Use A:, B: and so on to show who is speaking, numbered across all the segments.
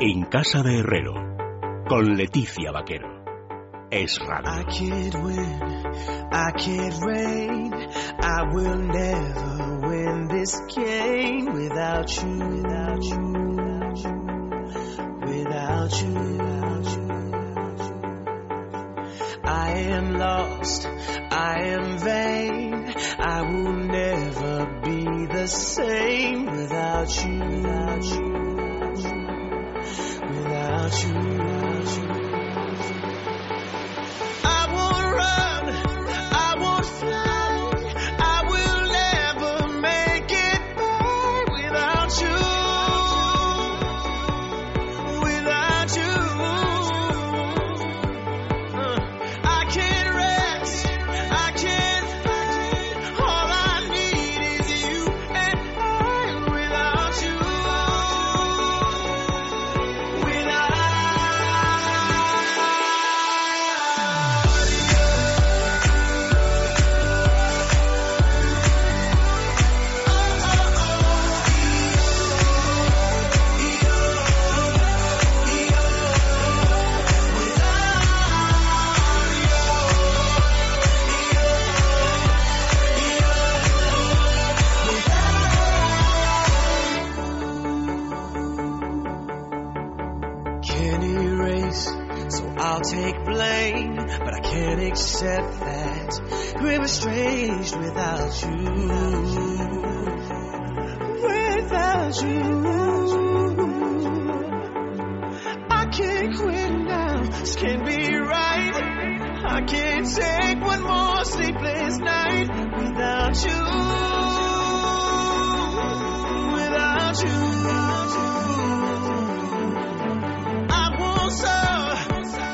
A: En Casa de Herrero, con Leticia Vaquero. Es raro.
B: I can't win, I can't reign, I will never win this game without you, without you, without you, without you, without you. I am lost, I am vain, I will never be the same without you, without you, without you, without you. I won't run, I won't fly, I will never make it by without you, without you. Uh, I can't rest, I can't fight. All I need is you and I without you, without. can't erase, so I'll take blame. But I can't accept that we're estranged without you. Without you, I can't quit now. This can't be right. I can't take one more sleepless night without you. Without you. I won't serve,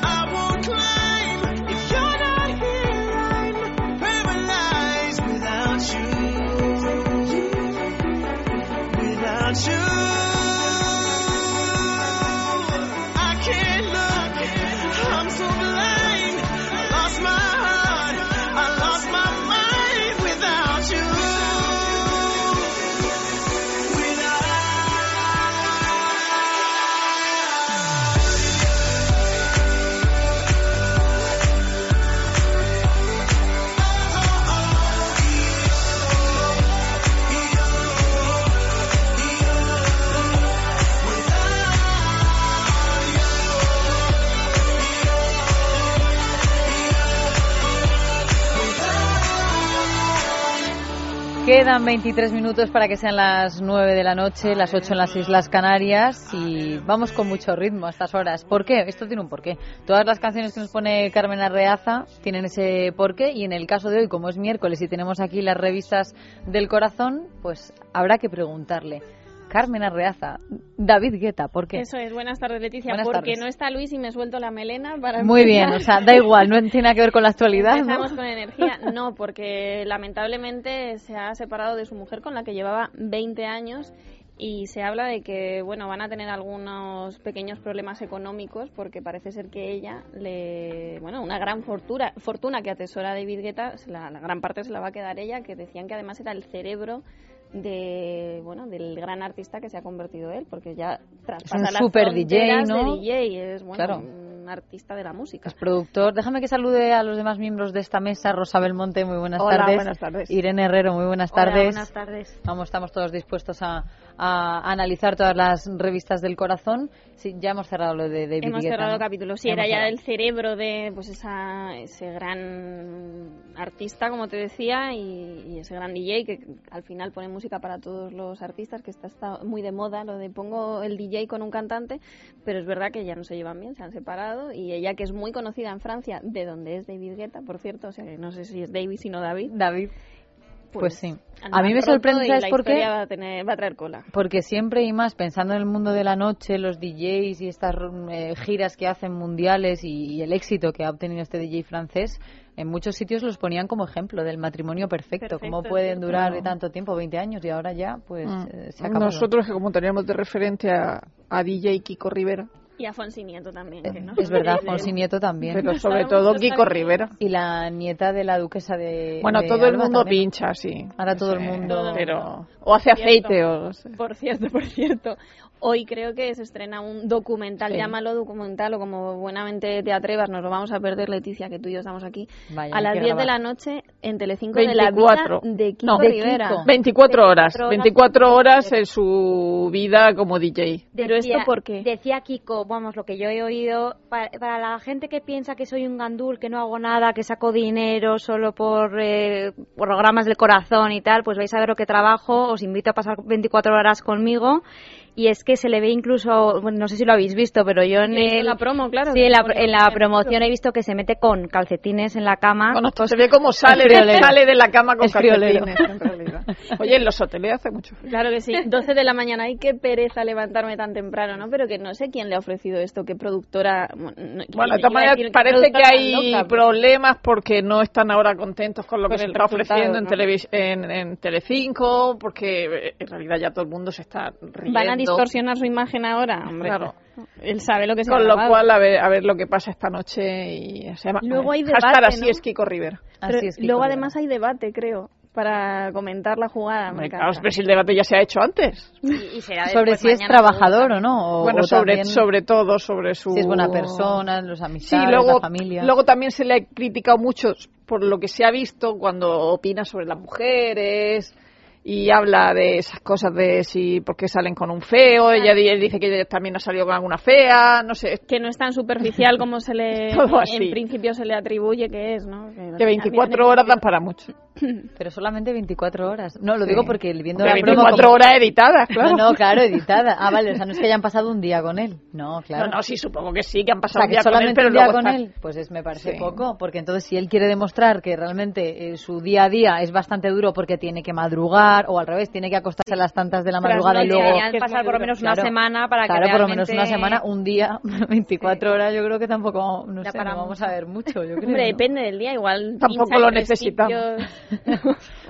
B: I won't claim. If you're not here, I'm paralyzed without you. Without you. I can't look, I'm so blind. I lost my heart, I lost my mind without you. Without
C: Quedan 23 minutos para que sean las 9 de la noche, las 8 en las Islas Canarias y vamos con mucho ritmo a estas horas. ¿Por qué? Esto tiene un porqué. Todas las canciones que nos pone Carmen Arreaza tienen ese porqué y en el caso de hoy, como es miércoles y tenemos aquí las revistas del corazón, pues habrá que preguntarle. Carmen Arreaza, David Guetta, ¿por qué?
D: Eso es, buenas tardes Leticia,
C: Buenas
D: porque
C: tardes.
D: no está Luis y me suelto la melena para
C: Muy bien,
D: empezar.
C: o sea, da igual, no tiene nada que ver con la actualidad. ¿no?
D: Empezamos con energía, no, porque lamentablemente se ha separado de su mujer con la que llevaba 20 años y se habla de que, bueno, van a tener algunos pequeños problemas económicos porque parece ser que ella le, bueno, una gran fortuna, fortuna que atesora David Guetta, se la, la gran parte se la va a quedar ella, que decían que además era el cerebro de, bueno, del gran artista que se ha convertido él, porque ya traspasa las
C: super DJ,
D: fronteras
C: ¿no?
D: de DJ, es, bueno,
C: Claro.
D: un artista de la música.
C: Es productor. Déjame que salude a los demás miembros de esta mesa. Rosa Belmonte, muy buenas
E: Hola,
C: tardes.
E: buenas tardes.
C: Irene Herrero, muy buenas tardes.
E: Hola, buenas tardes.
C: Vamos, estamos todos dispuestos a, a analizar todas las revistas del corazón. Sí, ya hemos cerrado lo de David
D: Hemos
C: Guetta,
D: cerrado
C: ¿no?
D: el capítulo. Sí,
C: Hemos
D: era ya
C: cerrado.
D: el cerebro de pues esa, ese gran artista, como te decía, y, y ese gran DJ que al final pone música para todos los artistas, que está, está muy de moda lo de pongo el DJ con un cantante, pero es verdad que ya no se llevan bien, se han separado, y ella que es muy conocida en Francia, de donde es David Guetta, por cierto, o sea, que no sé si es David, sino David.
C: David, pues, sí. A
D: andan
C: mí me
D: pronto
C: sorprende,
D: y
C: ¿sabes
D: la
C: por qué?
D: historia Va a, tener, va a traer cola.
C: Porque siempre y más pensando en el mundo de la noche, los DJs y estas eh, giras que hacen mundiales y, y el éxito que ha obtenido este DJ francés, en muchos sitios los ponían como ejemplo del matrimonio perfecto,
D: Perfecto,
C: cómo
D: es
C: pueden
D: cierto.
C: durar tanto tiempo, 20 años y ahora ya pues eh, se acabó.
E: Mm. Nosotros, que como teníamos de referente a, a DJ Kiko Rivera,
D: Y a Fonsi Nieto también. que no
C: Eh, Es verdad,
D: de-
C: Fonsi Nieto también.
E: pero sobre
D: Sabemos
E: todo
D: que
E: Kiko
D: está bien.
E: Rivera.
C: Y la nieta de la duquesa de
E: Bueno,
C: de
E: todo el
C: Alba
E: mundo
C: también.
E: pincha, sí.
C: Ahora todo el
E: Sí,
C: mundo-
E: Pero, o hace
D: Cierto.
E: aceite, o no sé.
D: Por cierto, por cierto. Hoy creo que se estrena un documental,
C: Sí.
D: llámalo documental o como buenamente te atrevas, nos lo vamos a perder, Leticia, que tú y yo estamos aquí.
C: Vaya,
D: a
C: hay
D: las
C: que
D: 10 de la
C: grabar.
D: noche en Telecinco de
E: 24.
D: la vida de Kiko
E: No.
C: De
D: Rivera.
C: Kiko.
E: 24 horas,
F: 24
E: 24
F: horas
E: horas en su vida como DJ.
D: ¿Pero esto por qué?
F: Decía Kiko, vamos, lo que yo he oído, pa- para, la gente que piensa que soy un gandul, que no hago nada, que saco dinero solo por eh, programas del corazón y tal, pues vais a ver lo que trabajo, os invito a pasar 24 horas conmigo. Y es que se le ve incluso, bueno, no sé si lo habéis visto, pero yo en,
D: He visto
F: el-
D: la promo, claro,
F: sí,
D: que
F: en la,
D: pone-
F: en la promoción he visto que se mete con calcetines en la cama.
E: Bueno, se ve cómo sale, de,
C: friolero.
E: sale de la cama con
C: Es friolero.
E: calcetines, en realidad. Oye, en los hoteles hace mucho frío.
D: Claro que sí, 12 de la mañana, ay, qué pereza levantarme tan temprano, ¿no? Pero que no sé quién le ha ofrecido esto, qué productora... Bueno, no-
E: Bueno, de
D: iba a
E: todas maneras,
D: decir, qué
E: parece que
D: productora
E: hay
D: loca, pues. pero-
E: problemas porque no están ahora contentos con lo que
C: Pues
E: se
C: el
E: está
C: resultado,
E: ofreciendo en,
C: ¿no?
E: televis- en, en Telecinco, porque eh, en realidad ya todo el mundo se está riendo.
D: Van a distorsionar su imagen ahora, hombre.
E: Claro.
D: Él sabe lo que se ha
E: Con lo
D: grabado.
E: cual, a ver, a ver lo que pasa esta noche y se llama.
D: Luego hay
E: hashtag
D: debate,
E: así
D: ¿no?
E: es Kiko Rivera.
C: Así
D: Pero
C: es, Kiko
D: luego
C: Rivera.
D: además hay debate, creo, para comentar la jugada. me
E: Hombre,
D: encanta.
E: claro, pero si el debate ya se ha hecho antes.
F: Y- y será
C: sobre
F: después
C: si es
F: mañana,
C: trabajador o no. o-
E: bueno,
C: o
E: sobre,
C: también
E: sobre todo, sobre su.
C: Si es buena persona, los
E: Sí,
C: amistades, la
E: luego,
C: familia.
E: luego también se le ha criticado mucho por lo que se ha visto cuando opina sobre las mujeres y habla de esas cosas de si por qué salen con un feo. Ella di- él dice que ella también ha salido con alguna fea, no sé.
D: Que no es tan superficial como se le
E: Todo así.
D: en principio se le atribuye que es, ¿no?
E: Que 24 horas dan para mucho.
C: Pero solamente 24 horas. No, lo digo porque el- viendo
E: Hombre,
C: la promo
E: 24
C: como-
E: horas editadas, claro.
C: No, no, claro, editada. Ah, vale, o sea, no es que hayan pasado un día con él. No, claro.
E: No, no, sí, supongo que sí, que han
C: O
E: pasado
C: sea,
E: un
C: que
E: día con él,
C: solamente
E: pero
C: un día
E: luego
C: con
E: está-
C: él, pues es, me parece
E: Sí.
C: poco, porque entonces si él quiere demostrar que realmente eh, su día a día es bastante duro porque tiene que madrugar, o al revés, tiene que acostarse a las tantas de la
F: Tras
C: madrugada y
F: noche,
C: luego...
F: ya pasar por lo menos una
C: Claro,
F: semana para que
C: claro, por lo menos una
F: realmente-
C: semana, un día, 24 horas, yo creo que tampoco, no
F: Da
C: sé,
F: para
C: no vamos a ver mucho, yo creo.
D: Hombre,
C: ¿no?
D: depende del día, igual.
E: Tampoco
D: pincha en
E: lo
D: prestigios.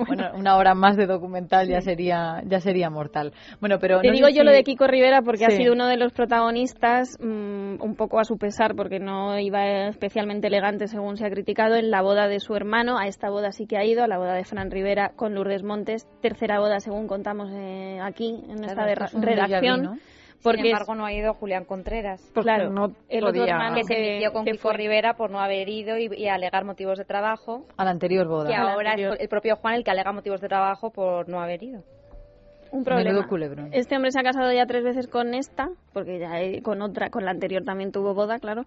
C: Bueno, una hora más de documental ya sería ya sería mortal. Bueno, pero
D: Te
C: no
D: digo
C: sé
D: yo lo
C: si-
D: de Kiko Rivera porque ha
C: Sí.
D: sido uno de los protagonistas, mm, un poco a su pesar, porque no iba especialmente elegante según se ha criticado, en la boda de su hermano. A esta boda sí que ha ido, a la boda de Fran Rivera con Lourdes Montes, tercera boda según contamos eh, aquí en esta
C: Claro, esto es un déjà vu,
D: redacción.
C: ¿no?
D: Porque
F: Sin embargo, no ha ido Julián Contreras.
E: Porque
D: claro,
E: no
D: el otro
E: podía-
D: hermano
F: que se metió con
D: Ah. que
F: Kiko
D: fue-
F: Rivera por no haber ido y, y alegar motivos de trabajo.
C: A la anterior
F: Y
C: boda.
D: al
F: ahora
D: anterior.
F: es el propio Juan el que alega motivos de trabajo por no haber ido.
D: un problema.
C: Menudo culebrón.
D: Este hombre se ha casado ya tres veces con esta, porque ya eh, con otra, con la anterior también tuvo boda, claro,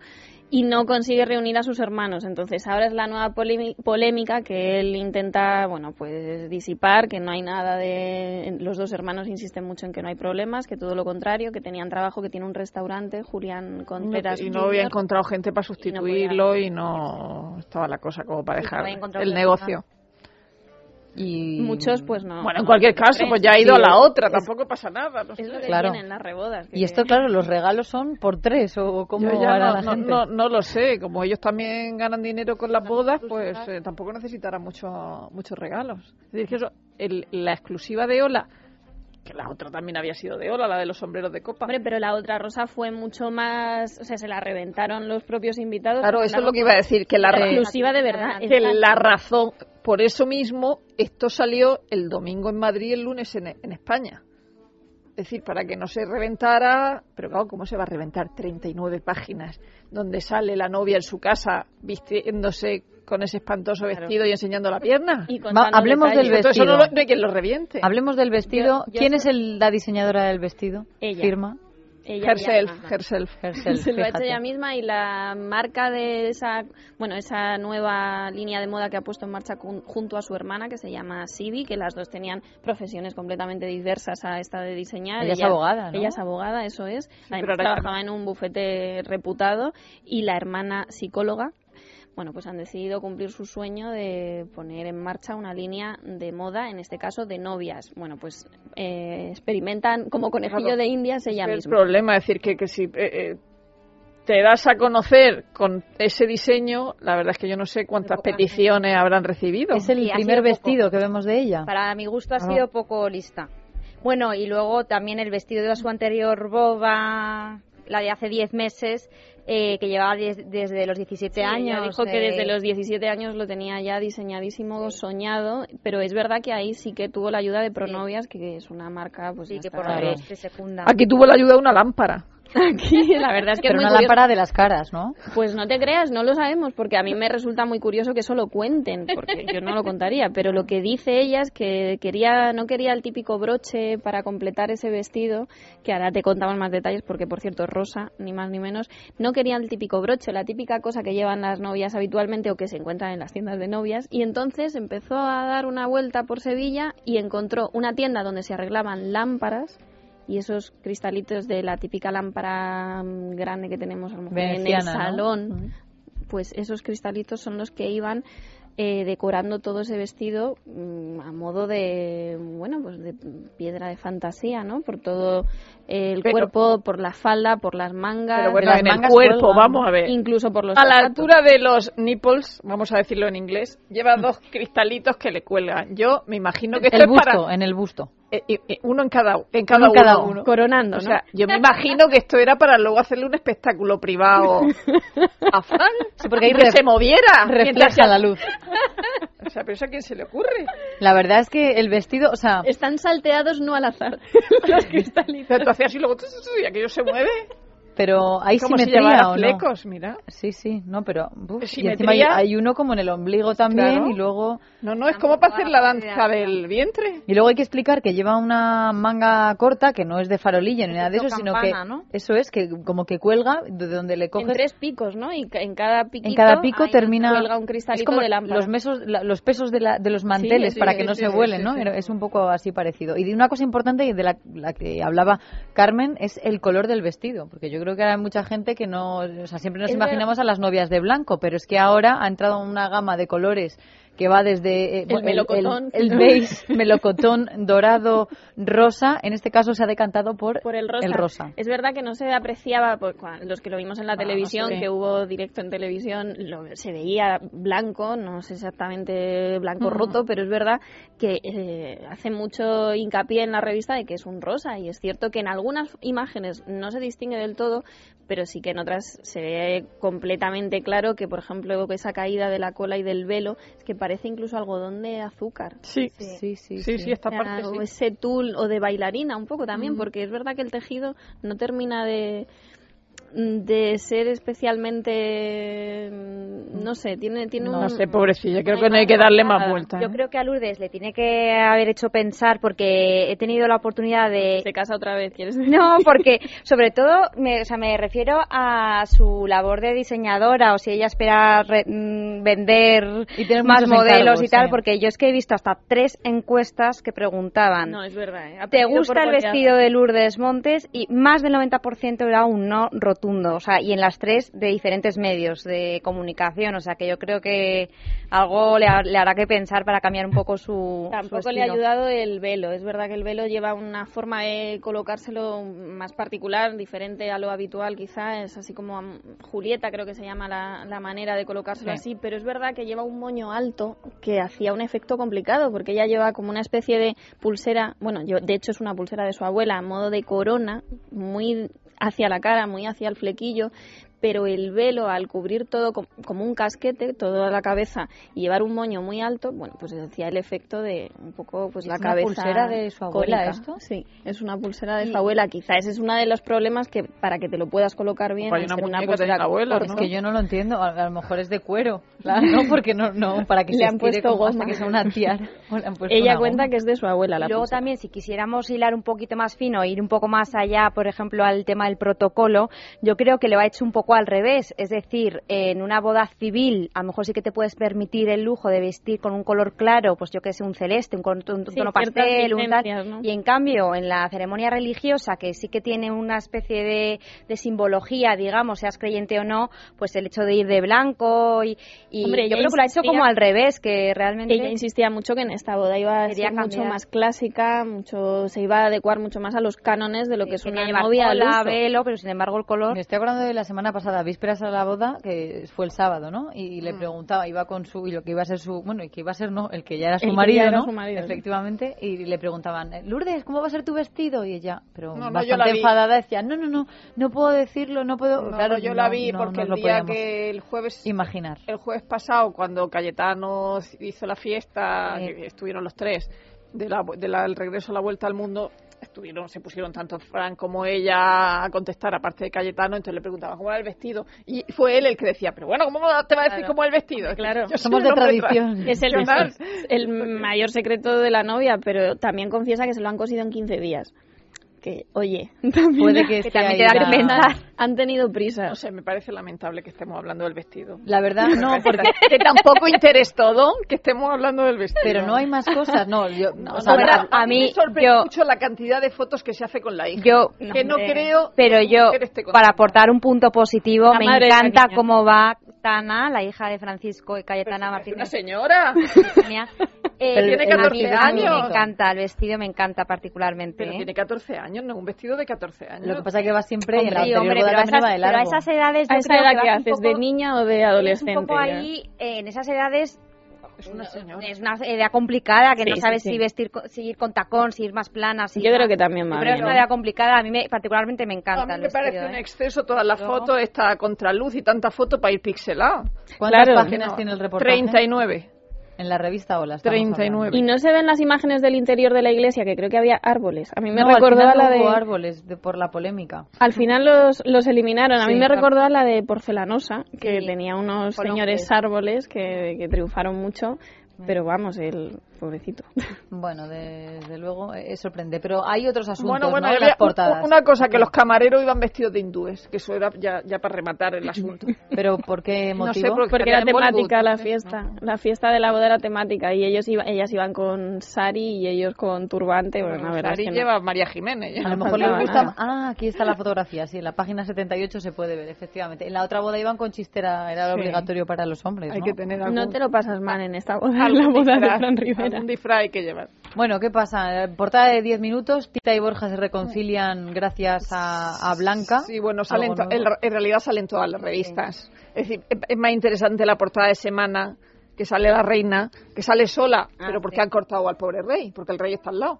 D: y no consigue reunir a sus hermanos. Entonces ahora es la nueva polémi- polémica que él intenta, bueno, pues disipar, que no hay nada de... Los dos hermanos insisten mucho en que no hay problemas, que todo lo contrario, que tenían trabajo, que tiene un restaurante, Julián Contreras.
E: y no había
D: Jr.
E: encontrado gente para
D: podía-
E: sustituirlo y no estaba la cosa como para
F: Y no
E: dejar
F: había encontrado
E: el
F: otra
E: negocio.
C: Y
D: Muchos, pues no.
E: Bueno, en
D: no
E: cualquier
D: compren.
E: caso, pues ya ha ido a
C: Sí,
E: la
C: es-
E: otra,
C: es-
E: tampoco pasa nada. no sé.
D: Es lo que
C: Claro.
D: tienen las rebodas. que-
C: Y esto, claro, los regalos son por tres, o o cómo
E: Yo ya
C: hará
E: no,
C: la
E: no-
C: gente.
E: no- no lo sé, como ellos también ganan dinero con las bodas, pues eh, tampoco necesitarán mucho, muchos regalos. Es decir, que eso, el- la exclusiva de Ola, que la otra también había sido de Ola, la de los sombreros de copa.
D: Hombre, pues, pero la otra rosa fue mucho más, o sea, se la reventaron los propios invitados.
E: claro, eso es lo que iba a decir, que la,
D: La
E: ra-
D: exclusiva de verdad.
E: que
D: Exacto.
E: la razón, por eso mismo, esto salió el domingo en Madrid y el lunes en, en España. Es decir, para que no se reventara, pero claro, ¿cómo se va a reventar 39 páginas donde sale la novia en su casa vistiéndose con ese espantoso
D: Claro.
E: vestido y enseñando la pierna?
D: Y
E: Y
D: contando
C: Va, hablemos
D: detalles.
C: del
E: todo eso no,
C: vestido.
E: lo- no hay quien lo reviente.
C: Hablemos del vestido.
D: Yo- yo
C: ¿Quién
D: so-
C: es el- la diseñadora del vestido?
D: Ella.
C: Firma.
D: Ella
E: Herself,
D: misma.
E: herself.
C: Herself,
D: se lo ha hecho
C: fíjate.
D: ella misma y la marca de esa, bueno, esa nueva línea de moda que ha puesto en marcha cun- junto a su hermana que se llama Sibi, que las dos tenían profesiones completamente diversas a esta de diseñar.
C: Ella es abogada, ¿no?
D: Ella es abogada, eso es.
E: pero
D: Además
E: ahora ya-
D: trabajaba en un bufete reputado y la hermana psicóloga. Bueno, pues han decidido cumplir su sueño de poner en marcha una línea de moda, en este caso de novias. Bueno, pues eh, experimentan como conejillo
E: Claro.
D: de indias ella
E: el
D: misma.
E: problema, es decir, que, que si eh, eh, te das a conocer con ese diseño, la verdad es que yo no sé cuántas
F: Muy poca
E: peticiones habrán recibido.
C: Es el
F: Sí, ha
C: primer
F: sido poco.
C: vestido que vemos de ella.
F: Para mi gusto ha
C: Ah.
F: sido poco lista. Bueno, y luego también el vestido de su anterior boba, la de hace 10 meses, eh, que llevaba des- desde los
D: Sí,
F: 17 años.
D: ella dijo que
F: eh,
D: desde los 17 años lo tenía ya diseñadísimo, soñado, pero es verdad que ahí sí que tuvo la ayuda de Pronovias, que es una marca, pues
F: Sí,
D: ya
F: que
D: está.
F: por
C: Claro.
F: la vez que se funda.
E: Aquí tuvo la ayuda de una lámpara.
C: Ah,
D: Aquí, la verdad es que es
C: Pero
D: muy
C: una
D: curioso.
C: lámpara de las caras, ¿no?
D: Pues no te creas, no lo sabemos, porque a mí me resulta muy curioso que eso lo cuenten, porque yo no lo contaría, pero lo que dice ella es que quería, no quería el típico broche para completar ese vestido, que ahora te contamos más detalles, porque por cierto es rosa, ni más ni menos, no quería el típico broche, la típica cosa que llevan las novias habitualmente o que se encuentran en las tiendas de novias, y entonces empezó a dar una vuelta por Sevilla y encontró una tienda donde se arreglaban lámparas. Y esos cristalitos de la típica lámpara mm, grande que tenemos a lo mejor en el
C: Veneciana, ¿no? Mm.
D: salón,
C: Ujú.
D: pues esos cristalitos son los que iban eh, decorando todo ese vestido mm, a modo de bueno pues de piedra de fantasía no por todo eh, el
E: Pero-
D: cuerpo por la falda por las mangas
E: Pero bueno,
D: las
E: en el
D: mangas
E: cuerpo,
D: cuelgan,
E: vamos a ver.
D: incluso por los
E: A la
D: zapatos.
E: altura de los nipples, vamos a decirlo en inglés, lleva dos cristalitos que le cuelgan. Yo me imagino que esto
C: El
E: es
C: busto,
E: para
C: en el busto.
E: eh, eh, eh, uno en cada en cada
C: en cada
E: uno.
C: uno.
D: coronando
E: O
D: ¿no?
E: sea, yo me imagino que esto era para luego hacerle un espectáculo privado a Fran,
C: porque ahí
E: que
C: ref-
E: se moviera. mientras
C: Refleja la luz.
E: se- O sea, pero eso a quién se le ocurre.
C: La verdad es que el vestido, o sea,
D: están salteados no al azar los cristalitos
E: O sea, tú hacías así luego, tu, tu, tu, y aquello se mueve.
C: pero hay
E: como si
C: simetría
E: llevara
C: o no.
E: flecos, mira.
C: Sí, sí, no, pero uf, y
E: Simetría.
C: encima hay, hay uno como en el ombligo también
E: Claro.
C: y luego
E: No,
C: Ah,
E: no, es como para hacer la danza del vientre.
C: y luego hay que explicar que lleva una manga corta que no es de farolillo ni nada de eso,
F: Efecto
C: sino que
F: campana, ¿no?
C: eso es que como que cuelga de donde le
D: en
C: coges
D: tres picos no y ca- en cada piquito,
C: en cada pico
D: ahí
C: termina
D: cuelga un cristalito
C: es como
D: de lámpara
C: los mesos la- los pesos de, la- de los manteles
E: Sí, sí,
C: para
E: sí,
C: que no
E: sí,
C: se
E: sí,
C: vuelen
E: sí,
C: no
E: sí.
C: Era- es un poco así parecido y de una cosa importante y de la, la que hablaba Carmen es el color del vestido porque yo creo que ahora hay mucha gente que no o sea siempre nos
D: Es
C: imaginamos a las novias de blanco pero es que ahora ha entrado una gama de colores que va desde eh,
D: El melocotón.
C: el, el beige melocotón dorado rosa en este caso se ha decantado por,
D: por el rosa.
C: el rosa Ah,
D: Es verdad que no se apreciaba, por, cua- los que lo vimos en la televisión,
E: sí.
D: que hubo directo en televisión, lo- se veía blanco, no sé exactamente blanco
C: Mm.
D: roto, pero es verdad que eh, hace mucho hincapié en la revista de que es un rosa. Y es cierto que en algunas imágenes no se distingue del todo, pero sí que en otras se ve completamente claro que, por ejemplo, esa caída de la cola y del velo, es que parece incluso algodón de azúcar.
E: Sí,
C: sí
E: sí,
C: sí,
E: sí, esta
D: O sea,
E: parte
D: o
E: sí.
D: ese tul o de bailarina un poco también porque es verdad que el tejido no termina de de ser especialmente mm, no sé tiene tiene
E: No
D: un
E: sé, pobrecilla, creo que no hay que darle más vueltas.
F: Yo
E: ¿eh?
F: creo que a Lourdes le tiene que haber hecho pensar porque he tenido la oportunidad de...
D: se casa otra vez quieres decir?
F: No, porque sobre todo me, o sea, me refiero a su labor de diseñadora o si ella espera re- mm, vender
C: Y tener
F: más
C: muchos
F: modelos y
C: encargos,
F: tal,
C: sí.
F: porque yo es que he visto hasta tres encuestas que preguntaban.
D: no es verdad ¿eh? Ha
F: ¿Te
D: perdido por
F: gusta el
D: goleada.
F: vestido de Lourdes Montes? Y más del 90% era un no rotundo, o sea, y en las tres de diferentes medios de comunicación, o sea, que yo creo que algo le, ha- le hará que pensar para cambiar un poco su.
D: Tampoco
F: su
D: le ha
F: estilo.
D: ayudado el velo. Es verdad que el velo lleva una forma de colocárselo más particular, diferente a lo habitual quizá. Es así como mm, Julieta creo que se llama la, la manera de colocárselo
C: Sí.
D: así. Pero es verdad que lleva un moño alto que hacía un efecto complicado porque ella lleva como una especie de pulsera. Bueno, yo, de hecho es una pulsera de su abuela a modo de corona, muy hacia la cara, muy hacia el flequillo pero el velo al cubrir todo com- como un casquete, toda la cabeza y llevar un moño muy alto, bueno, pues hacía el efecto de un poco pues
C: ¿Es
D: la
C: una
D: cabeza
C: pulsera de su abuela
D: cónica.
C: esto?
D: Sí, es una pulsera de su abuela, quizá ese es uno de los problemas que para que te lo puedas colocar bien
E: Opa, hay
D: es
E: una
D: que
E: muñeca de la abuela,
D: corta.
C: Es
E: ¿no?
C: que yo no lo entiendo, a, a lo mejor es de cuero, claro, ¿no? Porque no, no, para que
D: Le
C: se
D: han
C: estire
D: puesto
C: como hasta
D: goma.
C: que sea una tiara. o le han puesto
D: Ella
C: una
D: cuenta
C: goma.
D: que es de su abuela la
F: Y luego
D: pulsera.
F: también, si quisiéramos hilar un poquito más fino, ir un poco más allá, por ejemplo, al tema del protocolo, yo creo que lo ha hecho un poco al revés. Es decir, en una boda civil, a lo mejor sí que te puedes permitir el lujo de vestir con un color claro, pues yo que sé, un celeste, un, col- un
D: Sí,
F: tono
D: ciertas
F: pastel, un tal.
D: licencias, ¿no?
F: Y en cambio, en la ceremonia religiosa, que sí que tiene una especie de, de simbología, digamos, seas creyente o no, pues el hecho de ir de blanco y, y
D: Hombre,
F: yo
D: ella
F: creo que lo ha hecho
D: insistía-
F: como al revés, que realmente...
D: Ella insistía mucho que en esta boda iba a
F: Quería
D: ser mucho
F: cambiar.
D: más clásica, mucho se iba a adecuar mucho más a los cánones de lo que es
F: quería
D: una
F: llevar
D: novia al
F: cola,
D: uso.
F: velo, pero sin embargo el color
C: Me estoy acordando de la semana pasada, vísperas a la boda, que fue el sábado, ¿no? Y, y
E: Mm.
C: le preguntaba, iba con su, y lo que iba a ser su, bueno, y que iba a ser, no, el que ya era su
D: El que
C: marido,
D: ya era
C: ¿no?
D: su marido, sí.
C: Efectivamente, y le preguntaban, eh, Lourdes, ¿cómo va a ser tu vestido? Y ella, pero
E: No, no, yo la
C: bastante
E: vi.
C: enfadada, decía, no, no, no, no puedo decirlo, no puedo,
E: No,
C: claro,
E: no, yo la
C: no,
E: vi
C: no,
E: porque
C: no
E: el
C: lo
E: día
C: podíamos
E: que el jueves
C: imaginar.
E: el jueves pasado cuando Cayetano hizo la fiesta
C: Sí.
E: que estuvieron los tres del regreso a la vuelta al mundo estuvieron se pusieron tanto Fran como ella a contestar aparte de Cayetano entonces le preguntaban cómo era el vestido y fue él el que decía pero bueno cómo te va a decir
D: Claro.
E: cómo es el vestido
D: Claro.
E: Yo soy
C: Somos
E: un
C: de
E: hombre tra-
C: tradición.
D: Es el,
E: tradicional.
D: el mayor secreto de la novia, pero también confiesa que se lo han cosido en 15 días. Que, oye, también
C: Puede que, esté
F: también
C: ahí
F: queda que
C: la-
F: pensar.
D: han tenido prisa.
E: no sé me parece lamentable que estemos hablando del vestido
C: La verdad, no, porque...
E: que tampoco interés todo que estemos hablando del vestido
C: Pero no hay más cosas, no, yo,
E: No,
C: o
E: no,
C: sea,
E: verdad,
F: a
E: a mí me
F: mí,
E: sorprende
F: yo-
E: mucho la cantidad de fotos que se hace con la hija
F: Yo
E: que no creo
F: pero
E: que
F: yo
E: mujer esté contenta.
F: para aportar un punto positivo
D: La
F: me
D: madre de la
F: encanta
D: niña.
F: cómo va Tana, la hija de Francisco y
E: Pero si
F: Cayetana
E: parece una
F: Martínez.
E: señora
F: Mía.
C: Pero
E: tiene
F: el
E: 14
F: vestido
E: años.
F: Me encanta el vestido, me encanta particularmente.
E: pero
F: ¿eh?
E: tiene 14 años no un vestido de 14 años
C: Lo que pasa es que va siempre y en la
F: Hombre,
C: anterior
F: hombre,
C: boda
F: pero a
C: también
F: esas-
C: iba de
F: pero a
C: largo.
F: esas edades yo
D: ¿A esa
F: creo
D: edad
F: que
D: que
F: vas un
D: haces? ¿De
F: poco-
D: niña o de
F: es
D: adolescente?
F: un poco
D: ya?
F: ahí, eh, en esas edades
E: es una señora
F: es una edad complicada que
D: Sí,
F: no
D: sí,
F: sabes
D: sí.
F: si vestir, co- si ir con tacón, si ir más plana, si
D: Yo creo que también va
F: Pero es
D: bien, ¿eh?
F: una
D: ¿no?
F: edad complicada, a mí me- particularmente me encanta
E: a mí
F: el
E: me
F: vestido,
E: parece un
F: ¿eh?
E: exceso todas las
F: Yo-
E: fotos esta contraluz y tanta foto para ir pixelado
C: ¿Cuántas
D: Claro.
E: Que
C: páginas
E: no.
C: tiene el reportaje?
E: 39
C: En la revista Hola. estamos
E: 39.
C: hablando.
D: Y no se ven las imágenes del interior de la iglesia, que creo que había árboles. A mí me
C: No, al
D: recordó
C: final
D: a la
C: no
D: de...
C: hubo árboles de- por la polémica.
D: Al final los, los eliminaron. A mí
C: Sí,
D: me
C: claro.
D: recordó a la de Porcelanosa, que
F: Sí.
D: tenía unos
F: Colón,
D: señores
F: pues.
D: árboles que, que triunfaron mucho. Pero vamos, el pobrecito.
C: Bueno, desde luego eh, es sorprendente. Pero hay otros asuntos,
E: bueno bueno
C: ¿no?
E: había
C: Las
E: un-
C: portadas.
E: una cosa que los camareros iban vestidos de hindúes que eso era ya, ya para rematar el asunto
C: Pero ¿por qué
E: No
C: motivo?
E: sé por qué.
D: Porque era
E: en Bollywood,
D: temática la
E: ¿no?
D: fiesta. La fiesta de la boda era temática. Y ellos iba- ellas iban con sari y ellos con turbante. Bueno, la
E: Bueno,
D: verdad es
E: Sari
D: que no.
E: lleva a María Jiménez ya.
C: A lo
D: no
C: mejor les
D: faltaba
C: gusta...
D: nada.
C: Ah, aquí está la fotografía, sí. En la página 78 se puede ver, efectivamente. En la otra boda iban con chistera, era
E: Sí.
C: obligatorio para los hombres,
E: hay
C: ¿no?
E: que tener algún
D: No te lo pasas mal en esta boda, en
E: algún
D: la boda de
E: disfraz,
D: Fran Rivera.
E: algún disfraz hay que llevar
C: Bueno, ¿qué pasa? Eh, Portada de 10 minutos, Tita y Borja se reconcilian gracias a, a Blanca.
E: Mm. Sí, bueno, salen
C: Algo
E: to- en
C: nuevo.
E: ra- en realidad salen todas las revistas. Es decir, es- es más interesante la portada de semana que sale la reina, que sale sola,
F: Ah,
E: pero porque
F: sí.
E: han cortado al pobre rey, porque el rey está al lado.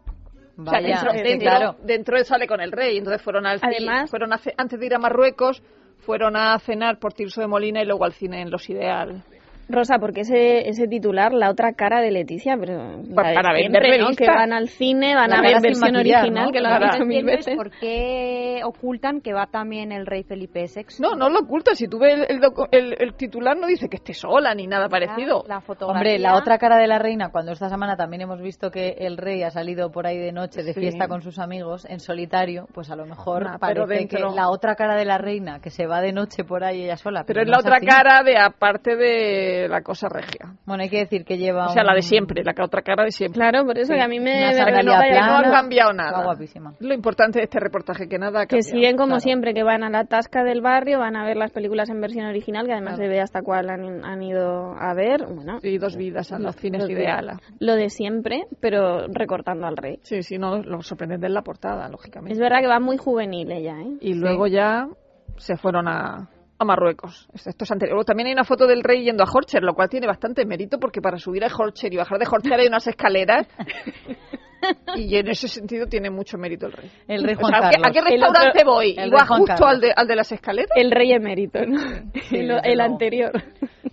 E: O sea,
C: Vaya,
E: dentro,
C: es que
E: dentro-
C: claro.
E: dentro él sale con el rey, entonces fueron al cine-
D: Además-
E: fueron a ce- antes de ir a Marruecos, fueron a cenar por Tirso de Molina y luego al cine en Los Ideal.
D: Rosa, porque ese, ese titular, la otra cara de Leticia, pero la de
E: Pues para
D: siempre,
E: vender
D: ¿no?
E: revistas.
D: Que van al cine, van
C: La
D: a ver
C: cara sin
D: versión
C: maquillar,
D: original,
C: ¿no?
D: que lo
E: Claro.
D: han
F: Ahora
D: dicho mil
F: entiendo es
D: veces.
F: por qué ocultan que va también el rey Felipe VI.
E: No, no lo oculta, si tú ves el, el docu- el- el titular no dice que esté sola ni nada parecido.
F: La fotografía.
C: Hombre, la otra cara de la reina, cuando esta semana también hemos visto que el rey ha salido por ahí de noche de
E: Sí.
C: fiesta con sus amigos en solitario, pues a lo mejor
E: Nah, pero
C: parece que
E: dentro-
C: la otra cara de la reina que se va de noche por ahí ella sola. pues
E: Pero es
C: no
E: la otra
C: así.
E: cara de aparte de la cosa regia.
C: Bueno, hay que decir que lleva.
E: O sea, la de
C: un-
E: siempre, la otra cara de siempre.
D: Claro, por eso que a mí me...
C: una
D: me
C: sandalias
D: recuerda
E: Que no
C: planas.
E: ha
C: Claro.
E: cambiado
C: Está
E: nada.
C: guapísima.
E: Lo importante de este reportaje que nada ha
D: Que
E: cambiado.
D: siguen como
C: claro.
D: siempre, que van a la tasca del barrio, van a ver las películas en versión original, que además se ve hasta cuál han, han ido a ver. Bueno,
E: Sí, dos vidas a los cines
D: Dos vidas.
E: ideal.
D: lo de siempre, pero recortando al rey.
E: Sí, sí, no, lo sorprendente es la portada,
D: Es
E: lógicamente.
D: verdad que va muy juvenil ella, ¿eh?
E: Y luego ya se fueron a, a Marruecos. Esto es anterior. Luego También hay una foto del rey yendo a Horcher, lo cual tiene bastante mérito porque para subir a Horcher y bajar de Horcher hay unas escaleras. y en ese sentido tiene mucho mérito el rey.
C: El rey
E: O
C: Juan
E: sea, ¿a qué-
C: Carlos.
E: ¿A qué
D: El
E: restaurante
D: otro-
E: voy?
C: el rey
E: ¿Igual
C: Juan
E: justo
C: Carlos.
E: al de, al de las escaleras?
D: El rey emérito, ¿no?
C: sí,
D: El-
C: desde
D: el
C: luego.
D: anterior.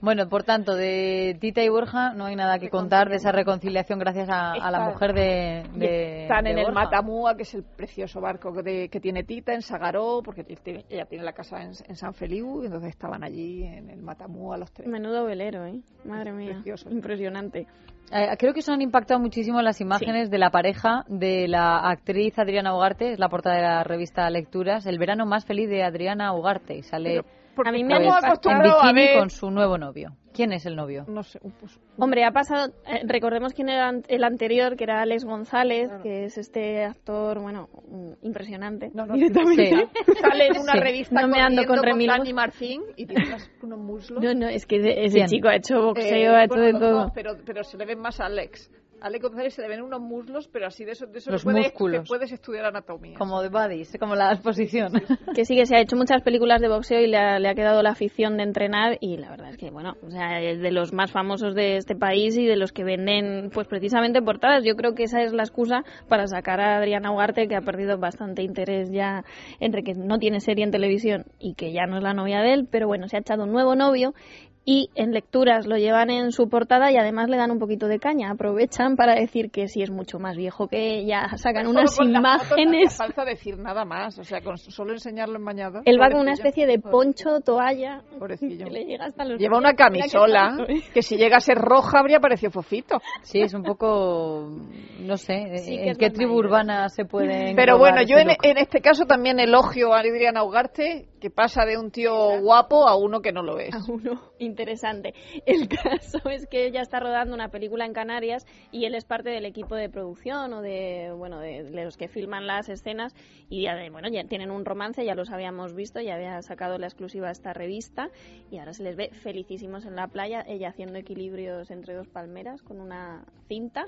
C: Bueno, por tanto, de Tita y Borja no hay nada que contar de esa reconciliación gracias a, a la
E: Están-
C: mujer de.
E: Y
C: de-
E: están
C: de
E: en el
C: Borja.
E: Matamúa, que es el precioso barco que, de- que tiene Tita en Sagaró, porque ti- tiene- ella tiene la casa en, en San Feliu, y entonces estaban allí en el Matamúa los tres.
D: Menudo velero, ¿eh? Madre mía.
E: Precioso.
D: Impresionante.
C: Eh, creo que eso han impactado muchísimo las imágenes de la pareja de la actriz Adriana Ugarte, es la portada de la revista Lecturas, El verano más feliz de Adriana Ugarte. y Sale
E: Porque
D: a mí me
E: estamos
D: han-
C: en
E: acostumbrados a
C: bikini
E: ver...
C: con su nuevo novio. ¿Quién es el novio?
E: No sé, un- pues,
D: Hombre, ha pasado. eh, recordemos quién era an- el anterior, que era Alex González, que es este actor, bueno, mm, impresionante.
E: no, no,
C: Sí.
E: sale en una
C: Sí.
E: revista
D: No me ando
E: corriendo
D: con remilgos.
E: Dani Martín y tiene unas- unos muslos.
D: No, no, es que ese
C: ¿Quién?
D: chico ha hecho
E: Eh,
D: boxeo, ha hecho
E: bueno,
D: de
E: los
D: todo.
E: dos, pero, pero se le ven más a Alex. A Alex González se le ven unos muslos, pero así de eso, de eso
C: Los
E: no puedes,
C: músculos.
E: que puedes estudiar anatomía.
C: Como de bodies, como la exposición.
D: Que sí, que se ha hecho muchas películas de boxeo y le ha, le ha quedado la afición de entrenar y la verdad es que, bueno, o sea, es de los más famosos de este país y de los que venden, pues precisamente portadas. Yo creo que esa es la excusa para sacar a Adriana Ugarte, que ha perdido bastante interés ya entre que no tiene serie en televisión y que ya no es la novia de él, pero bueno, se ha echado un nuevo novio y en lecturas lo llevan en su portada y además le dan un poquito de caña. Aprovechan para decir que sí es mucho más viejo que ella. Sacan
E: Solo
D: unas
E: con la foto no hace
D: imágenes.
E: falta decir nada más, o sea, con solo enseñarlo en bañador.
D: Él va con una
E: Pobrecillo.
D: especie de poncho, toalla,
E: Pobrecillo.
D: que le llega hasta los pies.
E: Lleva una
D: Mira que
E: camisola
D: tanto, ¿eh?
E: que si llega a ser roja habría parecido fofito.
C: Sí, es un poco, no sé,
D: Sí que
C: ¿en
D: es
C: qué
D: más
C: tribu
D: mayor.
C: urbana se puede
E: ¿eh? Pero bueno,
C: englobar
E: yo
C: este
E: en,
C: look?
E: en este caso también elogio a Adriana Ugarte, que pasa de un tío guapo a uno que no lo es.
D: A uno interesante. El caso es que ella está rodando una película en Canarias y él es parte del equipo de producción o de bueno de, de los que filman las escenas y ya de- bueno ya tienen un romance ya los habíamos visto ya había sacado la exclusiva esta revista y ahora se les ve felicísimos en la playa ella haciendo equilibrios entre dos palmeras con una cinta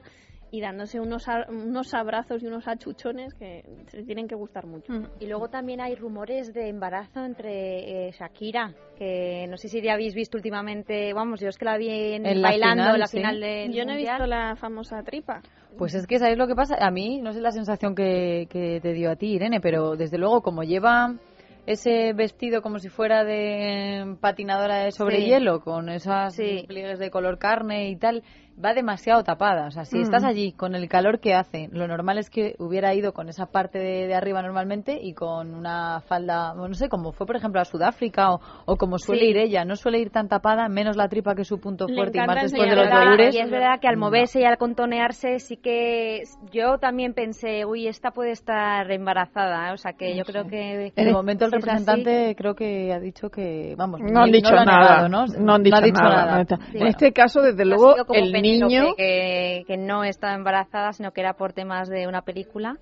D: y dándose unos a- unos abrazos y unos achuchones que se tienen que gustar mucho.
F: Y luego también hay rumores de embarazo entre eh, Shakira, que no sé si ya habéis visto últimamente, vamos, yo es que la vi en,
C: En la
F: bailando
C: final,
F: en la
C: sí.
F: final de
D: Yo no he visto la famosa tripa.
C: Pues es que sabéis lo que pasa. A mí no sé la sensación que, que te dio a ti, Irene, pero desde luego como lleva ese vestido como si fuera de patinadora de sobre
F: Sí.
C: hielo, con esas
F: Sí.
C: pliegues de color carne y tal, va demasiado tapada. O sea,
D: Mm.
C: si estás allí con el calor que hace, lo normal es que hubiera ido con esa parte de, de arriba normalmente y con una falda, bueno, no sé, como fue por ejemplo a Sudáfrica o, o como suele
F: Sí.
C: ir ella, no suele ir tan tapada, menos la tripa que es su punto
D: Le
C: fuerte y más
D: encanta
C: después de
D: enseñar
C: los
D: la-
C: yogures.
F: Y es verdad que al
C: No.
F: moverse y al contonearse, sí que yo también pensé, uy, esta puede estar embarazada. O sea que yo creo que.
C: En el momento el
F: si es así-
C: representante creo que ha dicho que, vamos,
E: No han
C: ni-
E: dicho
C: lo ha
E: nada.
C: negado, ¿no?
E: No han dicho
C: ha dicho
E: nada.
C: nada.
E: no está. En
F: Bueno.
E: este caso, desde
F: Ha
E: luego,
F: sido como
E: el
F: Penélope,
E: niño.
F: Que, que no estaba embarazada, sino que era por temas de una película.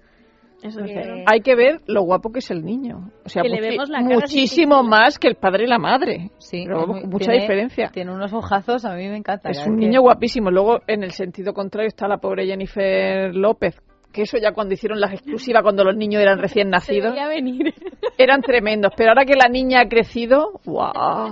D: Eso
F: No sé.
D: dijeron.
E: Hay que ver lo guapo que es el niño. O sea,
D: Que le
E: muchi-
D: vemos la cara
E: muchísimo
D: sin-
E: más que el padre y la madre.
C: Sí,
E: Pero
C: es muy-
E: mucha
C: tiene-
E: diferencia.
C: Tiene unos ojazos, a mí me encanta.
E: Es
C: la
E: un
C: verdad
E: niño
C: que-
E: guapísimo. Luego, en el sentido contrario, está la pobre Jennifer López, que eso ya cuando hicieron las exclusivas, cuando los niños eran recién
D: Se
E: nacidos,
D: veía venir.
E: eran tremendos. Pero ahora que la niña ha crecido, ¡guau!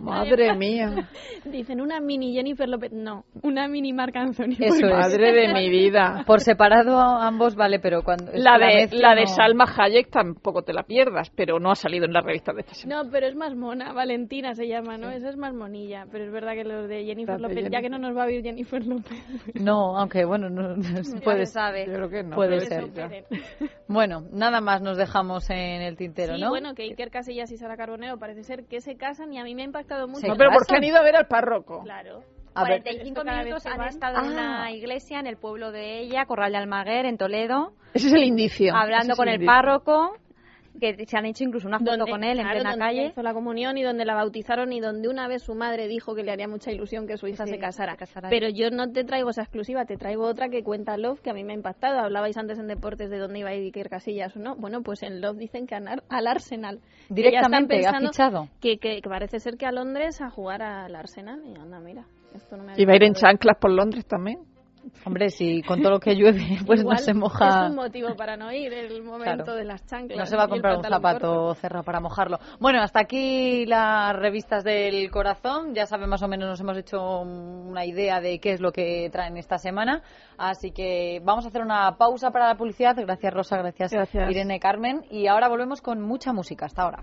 E: ¡Madre mía!
D: Dicen una mini Jennifer López. No, una mini Marc Anthony.
C: Eso es.
E: ¡Madre de mi vida!
C: Por separado ambos vale, pero cuando... es
E: La
C: que
E: de,
C: mezcla
E: la de
C: no-
E: Salma Hayek tampoco te la pierdas, pero no ha salido en la revista de esta semana.
D: No, pero es más mona. Valentina se llama, ¿no? Esa es más monilla. Pero es verdad que los de Jennifer
E: Las de
D: López, ya que
E: Jennifer.
D: no nos va a oír Jennifer López.
C: No, aunque bueno, no, no se
F: Ya
C: puede
F: se
C: ser.
F: sabe.
E: Yo creo que no.
C: Puede
E: pero
C: ser.
E: sí, ya.
C: Bueno, nada más nos dejamos en el tintero,
D: sí,
C: ¿no?
D: bueno, que Iker Casillas y Sara Carbonero parece ser que se casan y a mí me ha impactado mucho.
C: Se
E: No, pero
C: casan.
E: porque han ido a ver al párroco.
D: Claro.
C: A ver,
F: 45
D: Esto cada vez
F: minutos
D: que
F: han
D: van-
F: estado en una iglesia, en el pueblo de ella, Corral de Almaguer, en Toledo,
E: Ese es el indicio. ese
F: hablando
E: es
F: con el
E: indicio.
F: párroco, que se han hecho incluso una foto
D: Donde-
F: con él en
D: claro,
F: plena
D: donde ella
F: calle.
D: hizo la comunión y donde la bautizaron y donde una vez su madre dijo que le haría mucha ilusión que su hija
F: Sí,
D: se casara.
F: se casara.
D: Pero yo no te traigo esa exclusiva, te traigo otra que cuenta Love, que a mí me ha impactado. Hablabais antes en deportes de dónde iba a ir Iker Casillas o no. Bueno, pues en Love dicen que anar- al Arsenal. Que ya están
C: Directamente, ha
D: pensando
C: fichado.
D: Que, que- que parece ser que a Londres a jugar al Arsenal. Y anda, mira, esto no me había
E: Iba a ir en
D: pasado.
E: chanclas por Londres también.
C: Hombre, si con todo lo que llueve, pues
D: Igual
C: no se moja.
D: Es un motivo para no ir el momento
C: Claro.
D: de las chanclas.
C: No se va a
D: y el
C: comprar un
D: pantalón corto.
C: zapato cerrado para mojarlo. Bueno, hasta aquí las revistas del corazón. Ya saben más o menos, nos hemos hecho una idea de qué es lo que traen esta semana. Así que vamos a hacer una pausa para la publicidad. Gracias Rosa, gracias,
E: Gracias.
C: Irene, Carmen. Y ahora volvemos con mucha música. Hasta ahora.